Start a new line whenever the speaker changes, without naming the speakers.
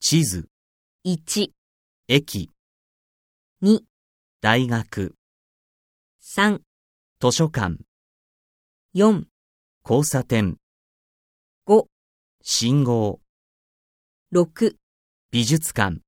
地図、
1、
駅、
2、
大学、
3、
図書館、
4、
交差点、
5、
信号、
6
美術館。